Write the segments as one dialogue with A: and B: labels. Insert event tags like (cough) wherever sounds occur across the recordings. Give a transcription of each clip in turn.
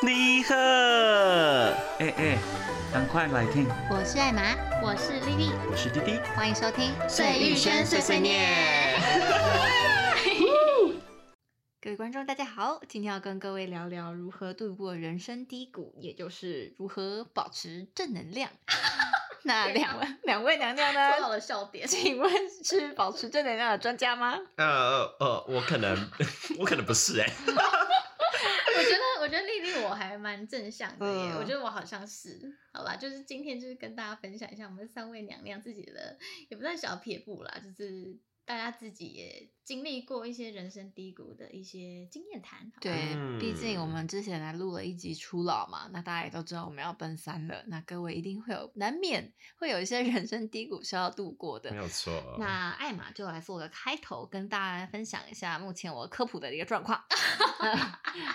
A: 你好，哎哎，赶快来听，
B: 我是艾玛，我是丽丽，
A: 我是滴滴。
B: 欢迎收听《
C: 碎玉轩碎碎念》。
B: 各位观众，大家好，今天要跟各位聊聊如何度过人生低谷，也就是如何保持正能量。 (laughs) 那两位 (laughs) 两位娘娘
C: 戳到
B: 呢？
C: 了笑点。
B: 请问是保持正能量的专家吗？
D: 呃呃，我可能 (laughs) 我可能不是哎、
A: (laughs)
C: 我觉得，我觉得丽丽我还蛮正向的耶，
B: 嗯
C: 我觉得我好像是，好吧，就是今天就是跟大家分享一下我们三位娘娘自己的，也不算小撇步啦，就是大家自己也经历过一些人生低谷的一些经验谈。好吧
B: 对，毕竟我
D: 嗯
B: 们之前来录了一集初老嘛，那大家也都知道我们要奔三了，那各位一定会有难免会有一些人生低谷是要度过的
D: 没。有错。
B: 那艾玛就来做个开头，跟大家分享一下目前我科普的一个
D: (laughs)
B: 状况。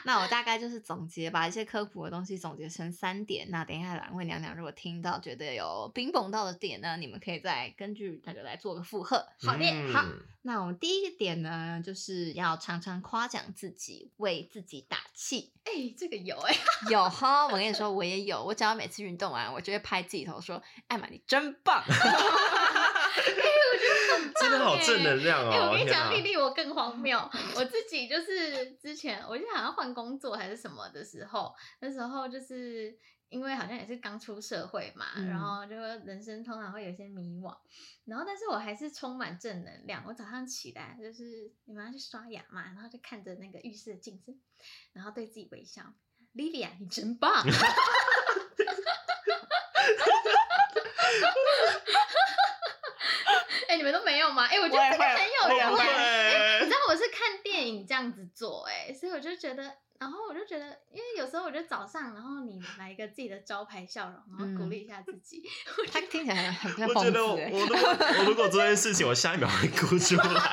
B: 那我大概就是总结，把一些科普的东西总结成三点。那等一下两位娘娘如果听到觉得有冰崩到的点呢，你们可以再根据那个来做个附和。
C: 好嘞
D: 嗯
C: 好
B: 那我们第一个点呢，就是要常常夸奖自己，为自己打气。
C: 哎、这个有哎、
B: 有哈，我跟你说，我也有。我只要每次运动完，我就会拍自己头说：“艾玛，你真棒 (laughs)
D: 真的好正能量哦！
C: 哎、我跟你
D: 天
C: 讲，
D: 啊
C: 丽丽我更荒谬。我自己就是之前，我记得好像换工作还是什么的时候，那时候就是因为好像也是刚出社会嘛，
B: 嗯
C: 然后就人生通常会有一些迷惘，然后但是我还是充满正能量。我早上起来就是你们要去刷牙嘛，然后就看着那个浴室的镜子，然后对自己微笑。莉莉啊，你真棒！ (laughs) 哎、你们都没有吗？哎、我觉得这个很有
D: 我
C: 用、
D: 会哦
C: 哎你知道我是看电影这样子做、哎，所以我就觉得，然后我就觉得，因为有时候我就早上，然后你来一个自己的招牌笑容，然
D: 嗯
C: 后鼓励一下自己。！” (laughs)
B: 他听起来很像
D: 我觉
B: 疯
D: 得我
B: 子欸。
D: 我如果我如果做这件事情，我下一秒会哭出
C: (laughs)
D: 来。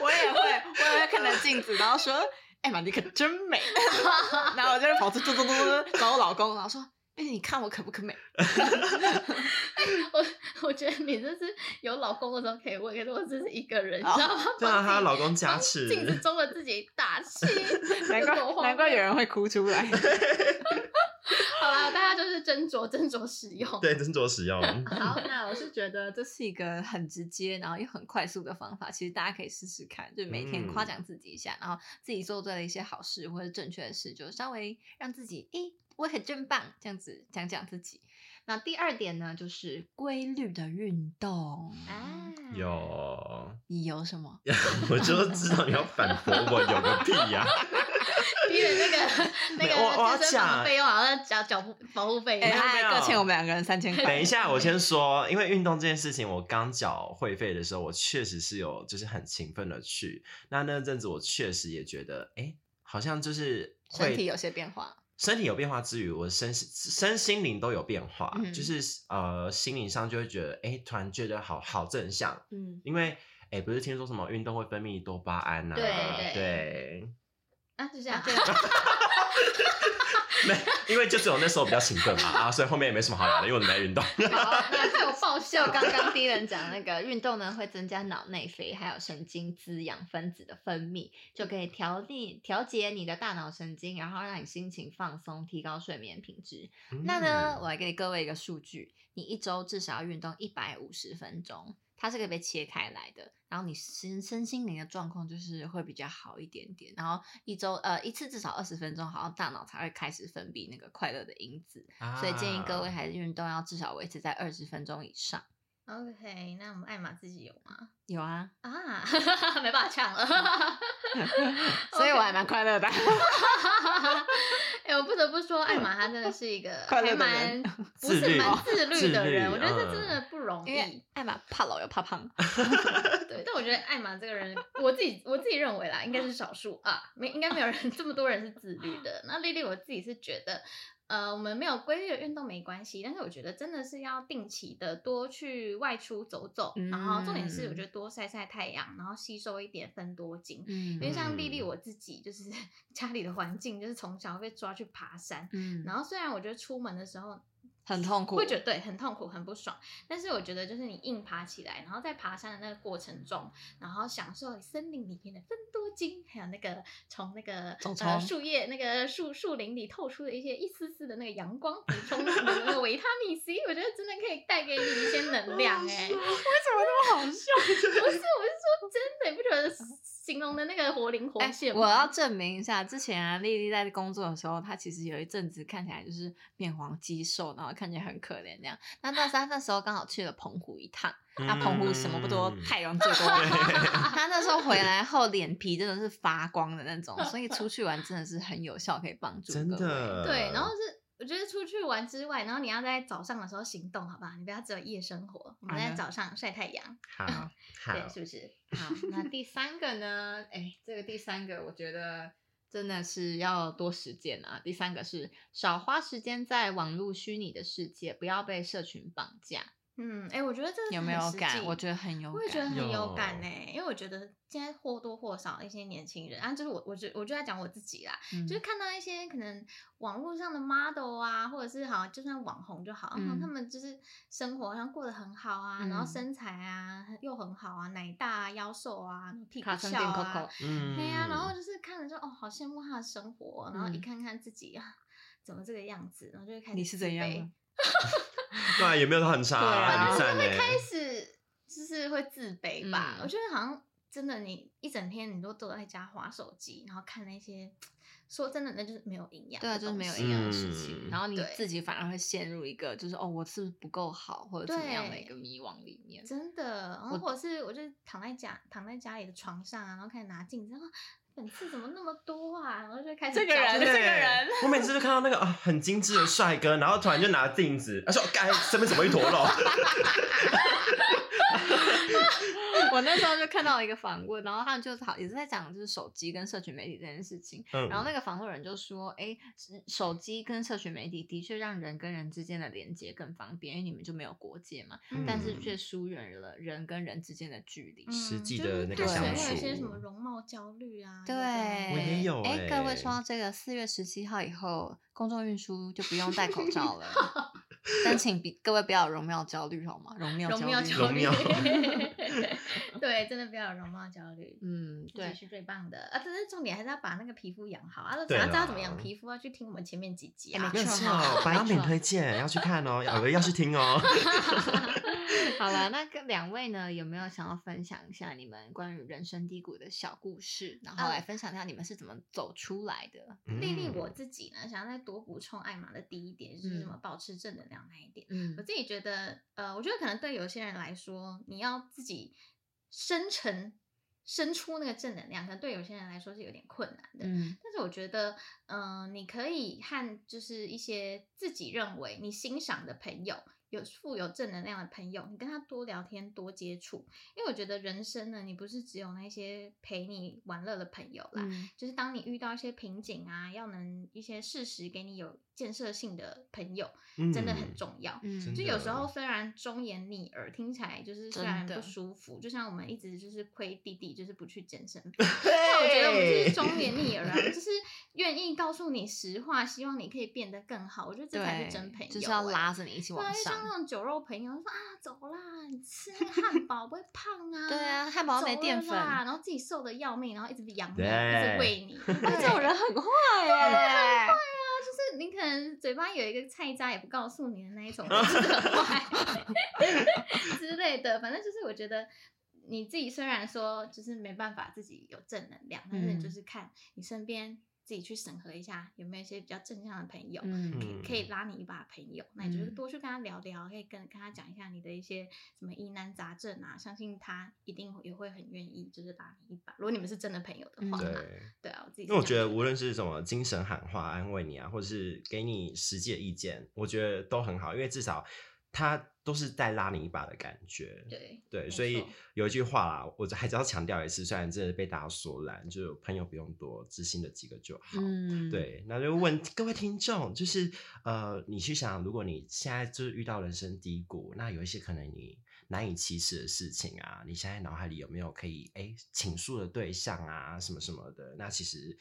B: 我也会，我也会看着镜子，然后说：“艾玛，你可真 (laughs) 美。”然后我就会跑出嘟嘟嘟嘟找我老公，然后说：“哎、你看我可不可美
C: 我觉得你这是有老公的时候可以问，可是我这是一个人，你
B: 哦
C: 知道吗？
D: 对啊，她老公加
C: 帮
D: 持，
C: 镜子中的自己打
D: (laughs)
C: 气，？”
B: 难
C: (laughs)
B: 怪
C: 有多荒谬
B: 难怪有人会哭出来。
C: 好啦，大家就是斟酌斟酌使用。
D: 对，斟酌使用。
B: 好，那我是觉得这是一个很直接，然后又很快速的方法，其实大家可以试试看，就每天夸
D: 嗯
B: 奖自己一下，然后自己做对了一些好事或者正确的事，就稍微让自己，诶、我很真棒，这样子讲讲自己。那第二点呢，就是规律的运动。
C: 啊，
D: 有，
B: 你有什么？
D: 我就知道你要反驳我，有个屁呀、
C: 逼的那
D: (laughs)
C: 个那
D: 没我我
C: 个
D: 要
C: 健身房
D: 讲
C: 费用好像缴缴不保护费一
B: 哎、
C: 样。
B: 他还
D: 没有
B: 各欠我们两个人三 (laughs) 千块。
D: 等一下，我先说，因为运动这件事情，我刚缴会费的时候，我确实是有就是很勤奋的去。那那阵子我确实也觉得，哎、好像就是会
B: 身体有些变化。
D: 身体有变化之余，我身身心灵都有变化，
B: 嗯
D: 就是呃心灵上就会觉得，哎、突然觉得好好正向，
B: 嗯，
D: 因为哎、不是听说什么运动会分泌多巴胺啊？
C: 对对
D: 对
C: 啊，就这样。
D: 没因为就只有那时候比较勤奋嘛啊，所以后面也没什么好聊的，因为我都没在运动。
C: 好，那害我爆笑
B: 啊就
C: 刚
B: 刚
C: 刚。
B: 刚第一人讲那个运动呢，会增加脑内啡还有神经滋养分子的分泌，就可以调理调节你的大脑神经，然后让你心情放松，提高睡眠品质。 (laughs) 那呢，我来给各位一个数据，你一周至少要运动一百五十分钟，它是可以被切开来的。然后你身身心灵的状况就是会比较好一点点。然后一周呃一次至少二十分钟，好像大脑才会开始分泌那个快乐的因子。
D: 嗯
B: 所以建议各位
D: 啊
B: 还是运动要至少维持在二十分钟以上。
C: OK，那我们艾玛自己有吗？
B: 有啊，
C: 啊， (laughs) 没办法抢了。
B: 所以我还蛮快乐的。
C: 哎、我不得不说，艾玛她真的是一个
B: 快乐
C: 还
B: 的
C: 蛮
B: 人
C: 不
D: 自
C: 是
D: 律
C: 蛮自律
D: 自
C: 的
D: 律
C: 人，我觉得这
D: 嗯
C: 真的不容易。
B: 因为艾玛怕老又怕胖，
C: 对，但我觉得艾玛这个人，我自己我自己认为啦，应该是少数啊，没应该没有人 (laughs) 这么多人是自律的。那丽丽我自己是觉得，呃，我们没有规律的运动没关系，但是我觉得真的是要定期的多去外出走走，然后重点是我觉得多晒晒太阳，然后吸收一点分多精。
B: 嗯
C: 因为像丽丽
D: 嗯
C: 我自己就是 (laughs) 家里的环境，就是从小被抓去爬山，
B: 嗯
C: 然后虽然我觉得出门的时候
B: 很痛苦
C: 会觉得对很痛苦、很不爽。但是我觉得，就是你硬爬起来，然后在爬山的那个过程中，然后享受森林里面的芬多精，还有那个从那个
B: 虫
C: 呃
B: 虫
C: 树叶、那个树树林里透出的一些一丝丝的那个阳光，补充你的那个维他命 C，我觉得真的可以带给你一些能
B: 哦
C: 量哎、
B: 欸那么好笑？
C: 不是，我是说真的，你不觉得形容的那个活灵活
B: 哎、
C: 现吗？
B: 我要证明一下，之前啊，丽丽在工作的时候，她其实有一阵子看起来就是面黄肌瘦，然后看起来很可怜这样。那但是她那时候刚好去了澎湖一趟，那澎湖什么不多
D: 嗯，
B: 太阳最多。她那时候回来后，脸皮真的是发光的那种，所以出去玩真的是很有效，可以帮助
D: 真
B: 各位。
D: 的
C: 对，然后
B: 呃
C: 是我觉得出去玩之外，然后你要在早上的时候行动，好不好？你不要只有夜生活，我们
B: 好
C: 在
B: 的
C: 早上晒太阳，
D: 好
C: 嗯对，
D: 好
C: 是不是？
B: 嗯好，那第三个呢？哎，这个第三个我觉得真的是要多实践啊。第三个是少花时间在网络虚拟的世界，不要被社群绑架。
C: 嗯，哎、我觉得这个
B: 有
C: 很
B: 没有
C: 实
B: 感？
C: 际
B: 我觉得很有感。
C: 我也觉得很有
D: 有
C: 感呢、因为我觉得现在或多或少一些年轻人啊，就是我，我就我就在讲我自己啦，
B: 嗯
C: 就是看到一些可能网络上的 model 啊，或者是好像就算网红就好，
B: 嗯
C: 嗯、他们就是生活上过得很好啊，然后
B: 嗯
C: 身材啊又很好啊，奶大啊、腰瘦啊、屁股
B: 卡上
C: 翘
B: 电
C: 啊
B: Coco，，
D: 嗯
C: 对啊呀、然后就是看着就哦，好羡慕他的生活，然后一
B: 嗯
C: 看看自己啊，怎么这个样子，然后就会开始
B: 你是
C: 自
B: 怎样
C: 卑
B: 呢？
D: 对啊，也没有到很差
B: 对
D: 啊，
B: 啊
D: 很赞呢。
C: 开始就是会自卑吧。
B: 嗯
C: 我觉得好像真的，你一整天你都都在家划手机，然后看那些，说真的，那就是没有营养
B: 对啊，
C: 的东西。
B: 就是没有营养的事情，
D: 嗯
B: 然后你
C: 对
B: 自己反而会陷入一个就是哦，我是不是不够好，或者怎么样的一个迷惘里面。
C: 真的，然后
B: 我
C: 或者是我就躺在家躺在家里的床上啊，然后开始拿镜子，然后本次怎么那么多啊，然后就开始
B: 这个
C: 找
B: 人
C: 出
B: 这个
D: 对
B: 人，
D: 我每次都看到那个啊很精致的帅哥，然后突然就拿镜子，他说：“该身边怎么一坨
C: (laughs)
D: 肉
B: (laughs) 我那时候就看到一个访问，然后他们就好也是在讲就是手机跟社群媒体这件事情。？”
D: 嗯
B: 然后那个访问人就说：“哎，是手机跟社群媒体的确让人跟人之间的连接更方便，因为你们就没有国界嘛，但是
D: 嗯
B: 却疏远了人跟人之间的距离。
D: 实际
C: 嗯就是
D: 的那个
C: 大学
B: 相
C: 会有一些
D: 处
C: 什么容貌焦虑啊，
B: 对，
D: 我也有
B: 哎、各位
D: 哎
B: 说到这个，四月十七号以后，公众运输就不用戴口罩 (laughs) 了，但请比各位不要有容貌焦虑好吗？ (laughs) 容貌
C: 容
B: 焦
C: 貌
B: 虑，
C: 焦
D: 容
C: 虑
D: 貌，
C: (laughs) 对，真的不要有容貌焦虑。
B: (laughs) 嗯，
C: 自己
B: 对，
C: 是最棒的啊！但是重点还是要把那个皮肤养好啊！
D: 对
C: 想要知道
D: 啦
C: 怎么养皮肤，啊要去听我们前面几集
B: 哎
C: 啊
B: 没。
D: 没
B: 错
D: 错，白杨敏推荐要去看哦，耳朵要去听
C: (laughs)
D: 哦。
B: 好了，那跟两位呢，有没有想要分享一下你们关于人生低谷的小故事，然后
C: 嗯
B: 来分享一下你们是怎么走出来的？
C: 丽丽，
D: 嗯
C: 我自己呢，想要再多补充艾玛的第一点，就是什
B: 嗯
C: 么保持正能量那一点。
B: 嗯
C: 我自己觉得，呃，我觉得可能对有些人来说，你要自己生成、生出那个正能量，可能对有些人来说是有点困难的。
B: 嗯
C: 但是我觉得，嗯、你可以和就是一些自己认为你欣赏的朋友，有富有正能量的朋友，你跟他多聊天、多接触，因为我觉得人生呢，你不是只有那些陪你玩乐的朋友啦，
B: 嗯
C: 就是当你遇到一些瓶颈啊，要能一些事实给你有建设性的朋友，真的很
D: 嗯
C: 重要。
B: 嗯
D: 真
C: 就
D: 的
C: 有时候虽然忠言逆耳，听起来就是虽然
B: 真的
C: 不舒服，就像我们一直就是亏弟弟，就是不去健身房。但我觉得我们就是忠言逆耳啊，就是愿意告诉你实话，希望你可以变得更好。我觉得这才
B: 对，
C: 是真朋友、
B: 就是要
C: 欸
B: 拉着你一起
C: 对啊，
B: 往
C: 就像
B: 上。
C: 那种酒肉朋友说啊，走啦，你吃那个汉堡不会胖啊。
B: 对啊，汉堡
C: 走
B: 没
C: 了
B: 淀
C: 啦 (laughs)
B: 粉，
C: 然后自己瘦的要命，然后一直养你，一直
D: 对
B: (laughs)
C: 喂你。
B: 哎，这种人很
C: (laughs)
B: 坏耶、
C: 就是你可能嘴巴有一个菜渣也不告诉你的那一种，就是很坏 (laughs) 之类的。反正就是我觉得你自己虽然说就是没办法自己有正能量，但是你
B: 嗯
C: 就是看你身边自己去审核一下有没有一些比较正向的朋友。
B: 嗯，
D: 嗯
C: 可以拉你一把的朋友，那你就是
B: 嗯
C: 多去跟他聊聊，可以跟跟他讲一下你的一些什么疑难杂症啊，相信他一定也会很愿意，就是拉你一把。如果你们是真的朋友的话
B: 嗯
C: 啦，
D: 对。
C: 对啊，我自己是
D: 因为我
C: 这
D: 觉
C: 样
D: 得无论是什么精神喊话安慰你啊，或者是给你实际的意见，我觉得都很好，因为至少他都是在拉你一把的感觉。
C: 对
D: 对，
C: 没
D: 所以
C: 错
D: 有一句话啦，我还是要强调一次，虽然真的被大家所懒，就是朋友不用多，知心的几个就好。
B: 嗯，
D: 对，那就问各位听众，就是呃，你去想，如果你现在就是遇到人生低谷，那有一些可能你难以启齿的事情啊，你现在脑海里有没有可以哎倾诉的对象啊，什么什么的？那其实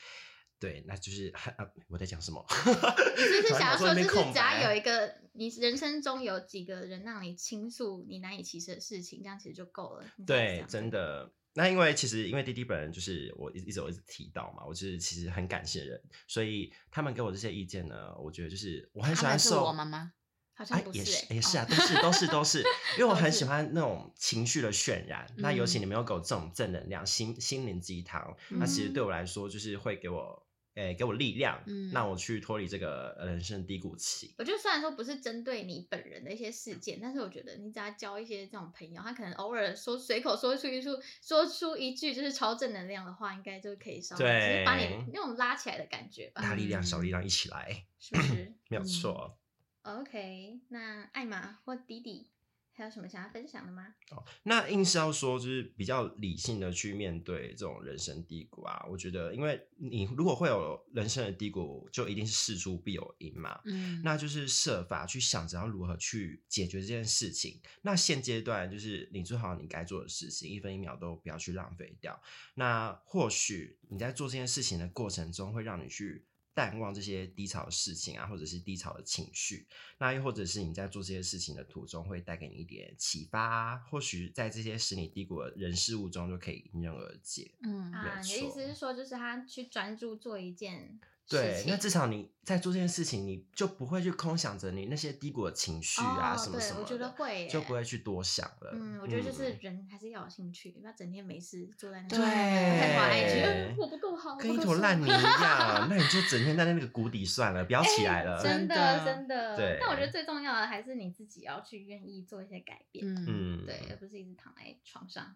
D: 对，那就是很、啊、我在讲什么？
C: 就是
D: (laughs) 突然
C: 想
D: 脑中
C: 要说，
D: 一
C: 就
D: 片
C: 是
D: 空
C: 只要
D: 白啊
C: 有一个你人生中有几个人让你倾诉你难以启齿的事情，这样其实就够了。你才这
D: 对
C: 样，
D: 真。的。那因为其实因为滴滴本人就是我一一直我一直提到嘛，我就是其实很感谢人，所以他们给我这些意见呢，我觉得就是我很喜
B: 嗯他
D: 欢
B: 们是
D: 受
B: 我妈妈，
C: 好像
D: 哎，
C: 不
D: 也
C: 是
D: 是
C: 欸
D: 也是
C: 哦
D: 啊，都是都是都
C: (laughs)
D: 是，因为我
C: 都
D: 很
C: 是嗯
D: 喜欢那种情绪的渲染。那尤其你们又给我这种正能量、心心灵鸡汤，那其实
C: 嗯
D: 对我来说就是会给我，诶、给我力量，
B: 嗯
D: 让我去脱离这个呃人生低谷期。
C: 我觉得虽然说不是针对你本人的一些事件，但是我觉得你只要交一些这种朋友，他可能偶尔说随口说出一句说出一句就是超正能量的话，应该就可以稍微只是把你
D: 对
C: 那种拉起来的感觉吧，
D: 大力量、小
B: 嗯
D: 力量一起来，
C: 是不是
D: 没有
B: 嗯
D: 错。
C: ？OK，那艾玛或迪迪还有什么想要分享的吗？
D: 哦，那硬是要说，就是比较理性的去面对这种人生低谷啊。我觉得，因为你如果会有人生的低谷，就一定是事出必有因嘛。
B: 嗯，
D: 那就是设法去想着要如何去解决这件事情。那现阶段就是你做好你该做的事情，一分一秒都不要去浪费掉。那或许你在做这件事情的过程中，会让你去淡忘这些低潮的事情啊，或者是低潮的情绪。那又或者是你在做这些事情的途中，会带给你一点启发、啊，或许在这些使你低谷的人事物中，就可以迎刃而解。
B: 嗯
D: 没
C: 啊，你的意思
D: 错
C: 是说，就是他去专注做一件事
D: 对，
C: 情。
D: 那至少你在做这件事情，你就不会去空想着你那些低谷的情绪啊，
C: 哦
D: 什么
C: 对
D: 什么的，
C: 我觉得会
D: 就
C: 耶
D: 不会去多想了。
C: 嗯，我觉得就是
D: 嗯
C: 人还是要有兴趣，不要整天没事坐在那
D: 对
C: 里在滑 IG，我不够
B: 哦
C: 好，我
D: 跟
C: 不
D: 一
C: 够
D: 坨
C: 瘦
D: 烂泥一
B: (laughs)
D: 样，那你就整天待在那个谷底算了，不要起来了。
C: (laughs) 真的
B: 哎的
C: 真的。
D: 对
C: 但我觉得最重要的还是你自己要去愿意做一些改变，
B: 嗯
D: 嗯，
C: 对，而不是一直躺在床上。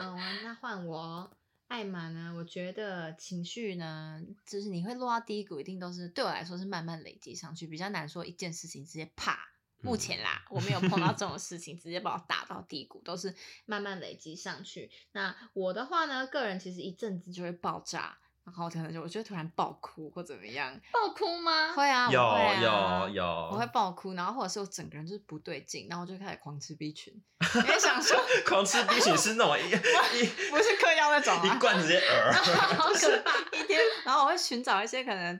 B: 好啊，那换我。艾玛呢？我觉得情绪呢，就是你会落到低谷，一定都是对我来说是慢慢累积上去，比较难说一件事情直接啪。目前啦，我没有碰到这种事情，直接把我打到低谷，都是慢慢累积上去。那我的话呢，个人其实一阵子就会爆炸，然后可能就我就会突然爆哭或怎么样，
C: 爆哭吗？
B: 会啊，我
D: 有
B: 会啊
D: 有有，
B: 我会爆哭，然后或者是我整个人就是不对劲，然后我就开始狂吃 B 群，因为想说 (laughs)
D: 狂吃冰淇是那种一一
B: 不是嗑药那种、啊
D: 一，罐直
B: (laughs)
D: 接呃耳。
B: 好可怕！一天，然后我会寻找一些可能，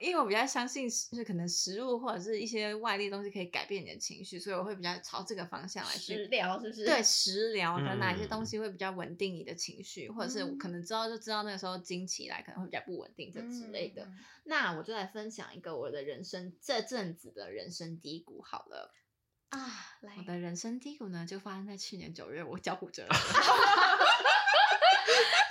B: 因为我比较相信是，就是可能食物或者是一些外力的东西可以改变你的情绪，所以我会比较朝这个方向来
C: 食
B: 去。
C: 疗是不是？
B: 对，食疗的哪一些东
D: 嗯
B: 西会比较稳定你的情绪，或者是我可能知道就知道那个时候经期来可能会比较不稳定这之类的。
C: 嗯。
B: 那我就来分享一个我的人生这阵子的人生低谷好了。
C: 啊，来
B: 我，的人生低谷呢，就发生在去年九月，我脚骨折了。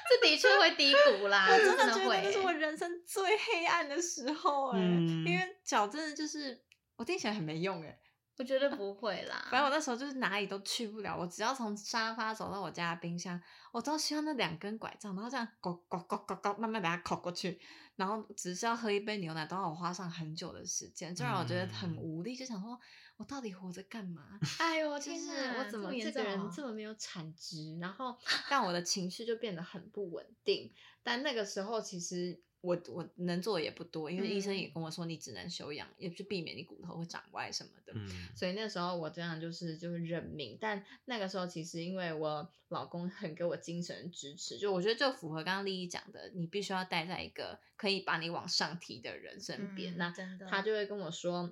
C: 这的确会低谷啦，
B: (laughs) 我
C: 这
B: 真
C: 啊真
B: 的觉得
C: 会欸
B: 那是我
C: 耶。
B: 人生最黑暗的时候哎、
D: 嗯
B: 因为脚真的就是我听起来很没用哎、
C: 我觉得不会啦。
B: 反正我那时候就是哪里都去不了，我只要从沙发走到我家的冰箱，我都需要那两根拐杖，然后这样咕咕咕咕咕慢慢把它扣过去，然后只是要喝一杯牛奶，都让我花上很久的时间，就让我觉得很
D: 嗯
B: 无力，就想说我到底活着干嘛？
C: 哎呦，
B: 就
C: 天
B: 是
C: 哪
B: 我怎么
C: 严
B: 这个
C: 重
B: 人
C: 哦
B: 这么没有产值，然
C: (laughs)
B: 后让我的情绪就变得很不稳定。但那个时候其实我我能做的也不多，因为医生也
C: 嗯
B: 跟我说你只能休养，也去避免你骨头会长歪什么的。
D: 嗯
B: 所以那时候我这样就是就是认命，但那个时候其实因为我老公很给我精神支持，就我觉得就符合刚刚丽丽讲的，你必须要待在一个可以把你往上提的人身边。
C: 嗯
B: 那
C: 真的，
B: 他就会跟我说，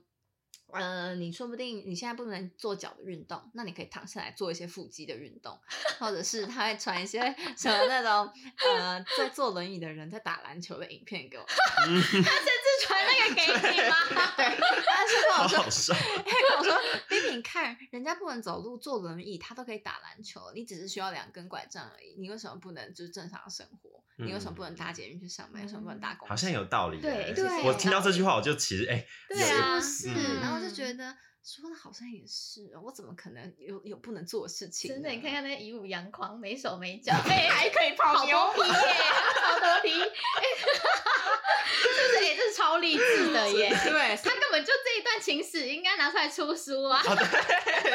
B: 呃，你说不定你现在不能做脚的运动，那你可以躺下来做一些腹肌的运动，或者是他会传一
D: (laughs)
B: 些什么那种呃在坐轮椅的人在打篮球的影片给我，
C: 他甚至传那个给你 (laughs) 吗？
B: 对，他是跟
D: 好
B: 我
D: (laughs)
B: 说
D: 好笑，
B: 他跟我说 b 你看，人家不能走路、坐轮椅，他都可以打篮球，你只是需要两根拐杖而已，你为什么不能就是正常生活？你为什么不能搭捷运去上班？为什么不能搭公
D: 嗯
B: 车？
D: 好像有道理
C: 对
D: 耶。
C: 对
D: 我听到这句话，我就其实哎，
C: 对
D: 有
B: 是
C: 啊
B: 不是？
D: 嗯
B: 然后就觉得说的好像也是哦，我怎么可能有有不能做的事情呢？
C: 真的，你看看那以武扬匡，没手没 (laughs) 脚，哎，还可以跑
B: 妞
C: 多皮耶，超多皮，哎 (laughs) 就是哎，这是超励志的耶。
B: (laughs)
C: (laughs)
B: 对，
C: 他根本就这一段情史应该拿出来出书啊！
D: 哦对，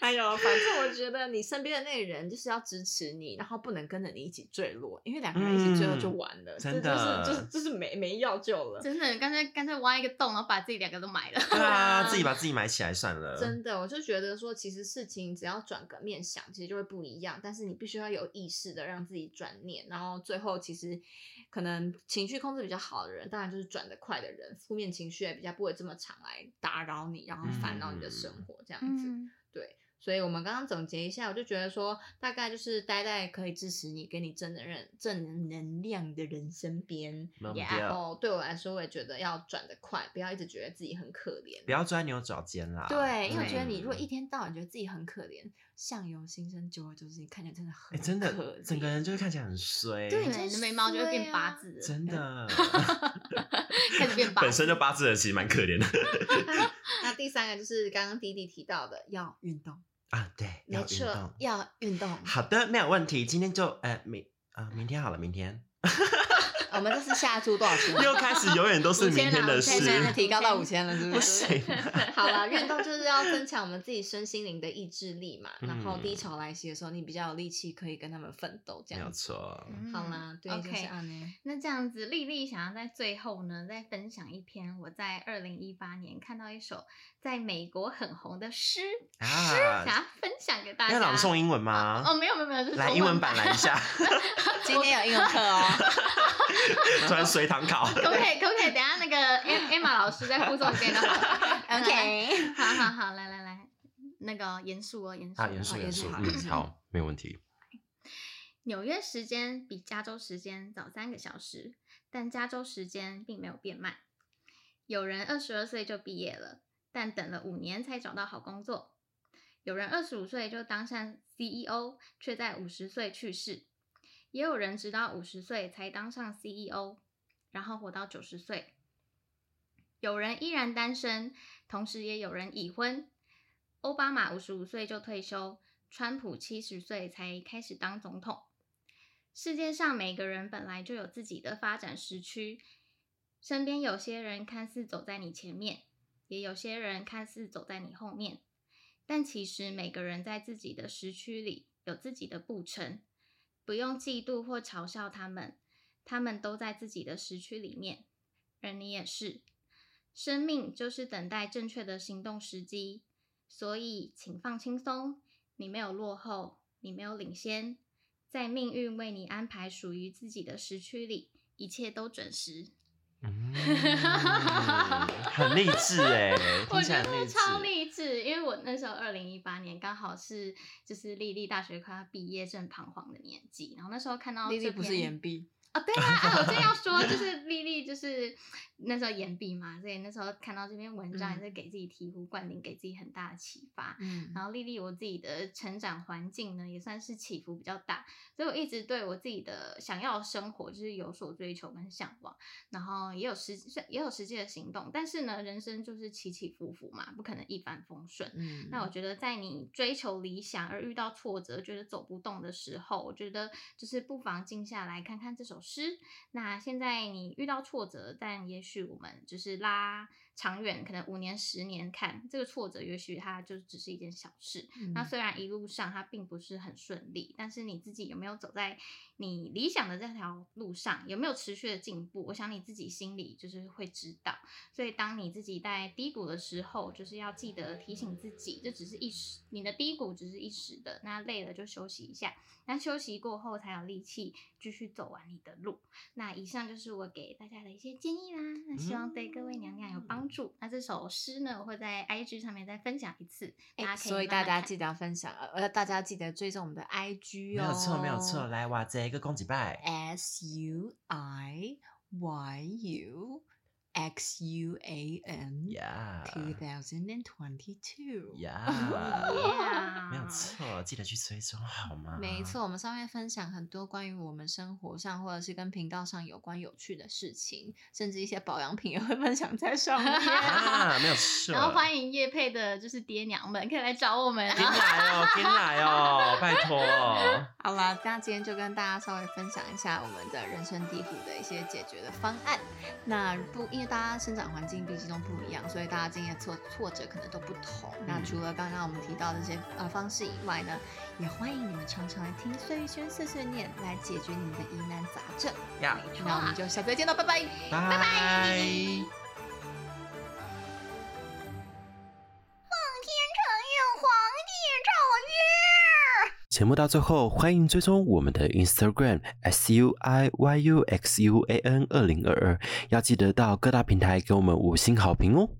B: 哎呦，反正我觉得你身边的那个人就是要支持你，然后不能跟着你一起坠落，因为两个人一起坠落就
D: 嗯
B: 完了，
D: 真的
B: 这就是就是就是没没药救了。
C: (laughs) 真的，干脆干脆挖一个洞，然后把自己两个都埋了。
D: 对啊，自己把自己埋起来算了。
B: 真的，我就觉得说，其实事情只要转个面想，其实就会不一样。但是你必须要有意识的让自己转念，然后最后其实可能情绪控制比较好的人，当然就是转得快的人，负面情绪也比较不会这么常来打扰你，然后烦扰你的生
D: 嗯
B: 活这样子。，所以我们刚刚总结一下，我就觉得说，大概就是呆呆可以支持你，给你正能量、正能量的人身边。
D: 没有必
B: 然
D: 要，
B: 后对我来说，我也觉得要转得快，不要一直觉得自己很可怜。
D: 不要钻牛角尖啦。
B: 对，因为我
C: 对
B: 觉得你如果
D: 嗯
B: 一天到晚觉得自己很可怜，相由心生，久而久之，你看起来真的
D: 哎、
B: 很可怜、
D: 真的，整个人就会看起来很衰。
B: 对啊
C: 对，你的眉毛就会变八字了，
D: 真
B: (laughs)
D: 的，
C: (laughs) 开
D: (laughs)
C: 始变八字，
D: 本身就八字的，其实蛮可怜的 (laughs)
B: 那第三个就是刚刚弟弟提到的，要运动，
D: 啊。对，要
B: 没
D: 运动
B: 错，。要
D: (laughs)
B: 运动。
D: 好的，没有问题。今天就呃明啊、明天好了，明天 (laughs)
B: 我们这是下注多少钱？啊
D: 又开始，永远都是
C: 五千
D: 明天
C: 啦
D: 的
C: 五
D: 事
C: 千，啦
B: 提高到五千了，是
D: 不
B: 不是？
D: 行。
C: 啊
B: 好啦，运动就是要增强我们自己身心灵的意志力嘛。然后
D: 嗯
B: 低潮来袭的时候，你比较有力气可以跟他们奋斗，
D: (laughs)
B: 这
D: 没有
B: 样子。
D: 错，
C: 嗯
B: 好啦，对，就是这
C: OK，
B: 样 (laughs) 呢。
C: 那这样子，丽丽想要在最后呢，再分享一篇我在二零一八年看到一首在美国很红的诗，
D: 啊
C: 诗想要分享给大家。
D: 要朗诵英文吗？
C: 哦，没有没有没有，就是
D: 来
C: 中
D: 英文版来一
C: (laughs)
D: 下，
B: 今天有英文课 (laughs) 哦，。
D: 突然随堂
C: (laughs)
D: 考。
C: 可不可以？可不可以？等一下那个 Em- Emma 老师再附送一遍就好了
B: OK
C: 好好好，来来来，那个哦严肃哦，严肃
D: 啊，严肃
B: 哦
D: 严
B: 严肃
D: 肃，
B: 好
D: 嗯
B: 严，肃
D: 好，没有问题。
C: 纽约时间比加州时间早三个小时，但加州时间并没有变慢。有人二十二岁就毕业了，但等了五年才找到好工作；有人二十五岁就当上 CEO，却在五十岁去世；也有人直到五十岁才当上 CEO，然后活到九十岁。有人依然单身，同时也有人已婚。奥巴马五十五岁就退休，川普七十岁才开始当总统。世界上每个人本来就有自己的发展时区，身边有些人看似走在你前面，也有些人看似走在你后面，但其实每个人在自己的时区里有自己的步程，不用嫉妒或嘲笑他们，他们都在自己的时区里面，而你也是。生命就是等待正确的行动时机，所以请放轻松，你没有落后，你没有领先，在命运为你安排属于自己的时区里，一切都准时。
D: 嗯， (laughs) 很励志哎，
C: 我
D: 听起
C: 觉
D: 来很
C: 得
D: 励志。欸
C: 超励志，哦因为我那时候二零一八年刚好是就是丽丽大学快要毕业正彷徨的年纪，然后那时候看到
B: 丽丽
C: 这
B: 不是
C: 篇
B: 岩壁，
C: 啊，对啊，啊，我正
D: (laughs)
C: 要说，就是丽丽就是那时候研毕嘛，所以那时候看到这篇文章，
B: 嗯
C: 也是给自己醍醐灌顶，给自己很大的启发。
B: 嗯
C: 然后丽丽，我自己的成长环境呢，也算是起伏比较大，所以我一直对我自己的想要的生活就是有所追求跟向往，然后也有实也有实际的行动，但是呢，人生就是起起伏伏嘛，不可能一帆风顺。
B: 嗯
C: 那我觉得，在你追求理想而遇到挫折，觉得走不动的时候，我觉得就是不妨静下来看看这首诗。那现在你遇到挫折，但也许我们就是拉长远，可能五年、十年看这个挫折，也许它就只是一件小事。
B: 嗯
C: 那虽然一路上它并不是很顺利，但是你自己有没有走在你理想的这条路上，有没有持续的进步？我想你自己心里就是会知道。所以当你自己在低谷的时候，就是要记得提醒自己，这只是一时，你的低谷只是一时的，那累了就休息一下，那休息过后才有力气继续走完你的路。那以上就是我给大家的一些建议啦，那希望对各位娘娘
B: 嗯
C: 有帮助。那这首诗呢，我会在 IG 上面再分享一次，
B: 哎
C: 大家可
B: 所以
C: 慢
B: 大
C: 慢
B: 家
C: 看
B: 记得要分享，呃呃，大家记得追踪我们的 IG
D: 没
B: 哦。
D: 有错，没有错。来，哇，这一个公鸡拜，
B: S U I Y U X U A N
C: 嗯
D: 呀
B: two thousand and twenty two。 (laughs)
D: 呀，
C: Yeah
D: 没有错，记得去追踪好吗？ (laughs)
B: 没错，我们上面分享很多关于我们生活上或者是跟频道上有关有趣的事情，甚至一些保养品也会分享在上
C: (laughs)
B: 面。
D: 啊，没有错。
C: 然后欢迎叶配的，就是爹娘们可以来找我们
D: 进
C: 啊。
D: 来哦，进来哦，拜托。
B: 好了，那今天就跟大家稍微分享一下我们的人生低谷的一些解决的方案。那不一因为大家生长环境毕竟都不一样，所以大家经历的挫挫折可能都不同。那除了刚刚我们提到的这些呃方式以外呢，也欢迎你们常常来听碎玉轩碎碎念来解决你们的疑难杂症。啊
E: 呀，
B: 那我们就下次再见喽，拜拜。
F: 拜拜。
D: 节目到最后，欢迎追踪我们的 Instagram s u i y u x u a n 二零二二，要记得到各大平台给我们五星好评哦。